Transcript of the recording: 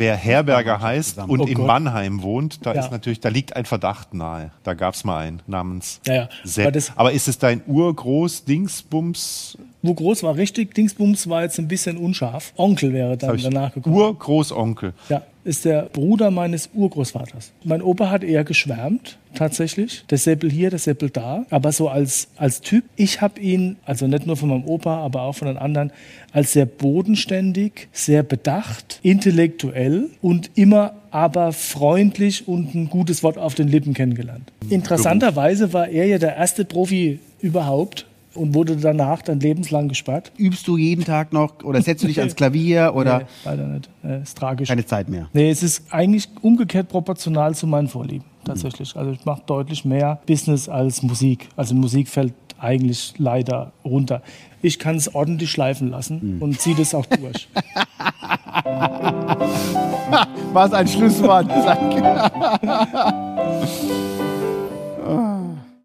Wer Herberger heißt zusammen. und Oh in Gott. Mannheim wohnt, da Ja. ist natürlich, da liegt ein Verdacht nahe. Da gab es mal einen namens Ja, ja. Sepp. Aber Aber, das- ist es dein Urgroß Dingsbums? Wo groß war richtig, Dingsbums war jetzt ein bisschen unscharf. Onkel wäre dann ich- danach gekommen. Urgroßonkel. Ja, ist der Bruder meines Urgroßvaters. Mein Opa hat eher geschwärmt, tatsächlich. Der Seppel hier, der Seppel da. Aber so als, als Typ, ich habe ihn, also nicht nur von meinem Opa, aber auch von den anderen, als sehr bodenständig, sehr bedacht, intellektuell und immer aber freundlich und ein gutes Wort auf den Lippen kennengelernt. Interessanterweise war er ja der erste Profi überhaupt und wurde danach dann lebenslang gesperrt. Übst du jeden Tag noch oder setzt du dich ans Klavier oder Nee, leider nicht. Äh, ist tragisch. keine Zeit mehr? Nee, es ist eigentlich umgekehrt proportional zu meinen Vorlieben, tatsächlich. Also ich mache deutlich mehr Business als Musik. Also Musik fällt eigentlich leider runter. Ich kann es ordentlich schleifen lassen und ziehe das auch durch. Was ein Schlusswort. Zack.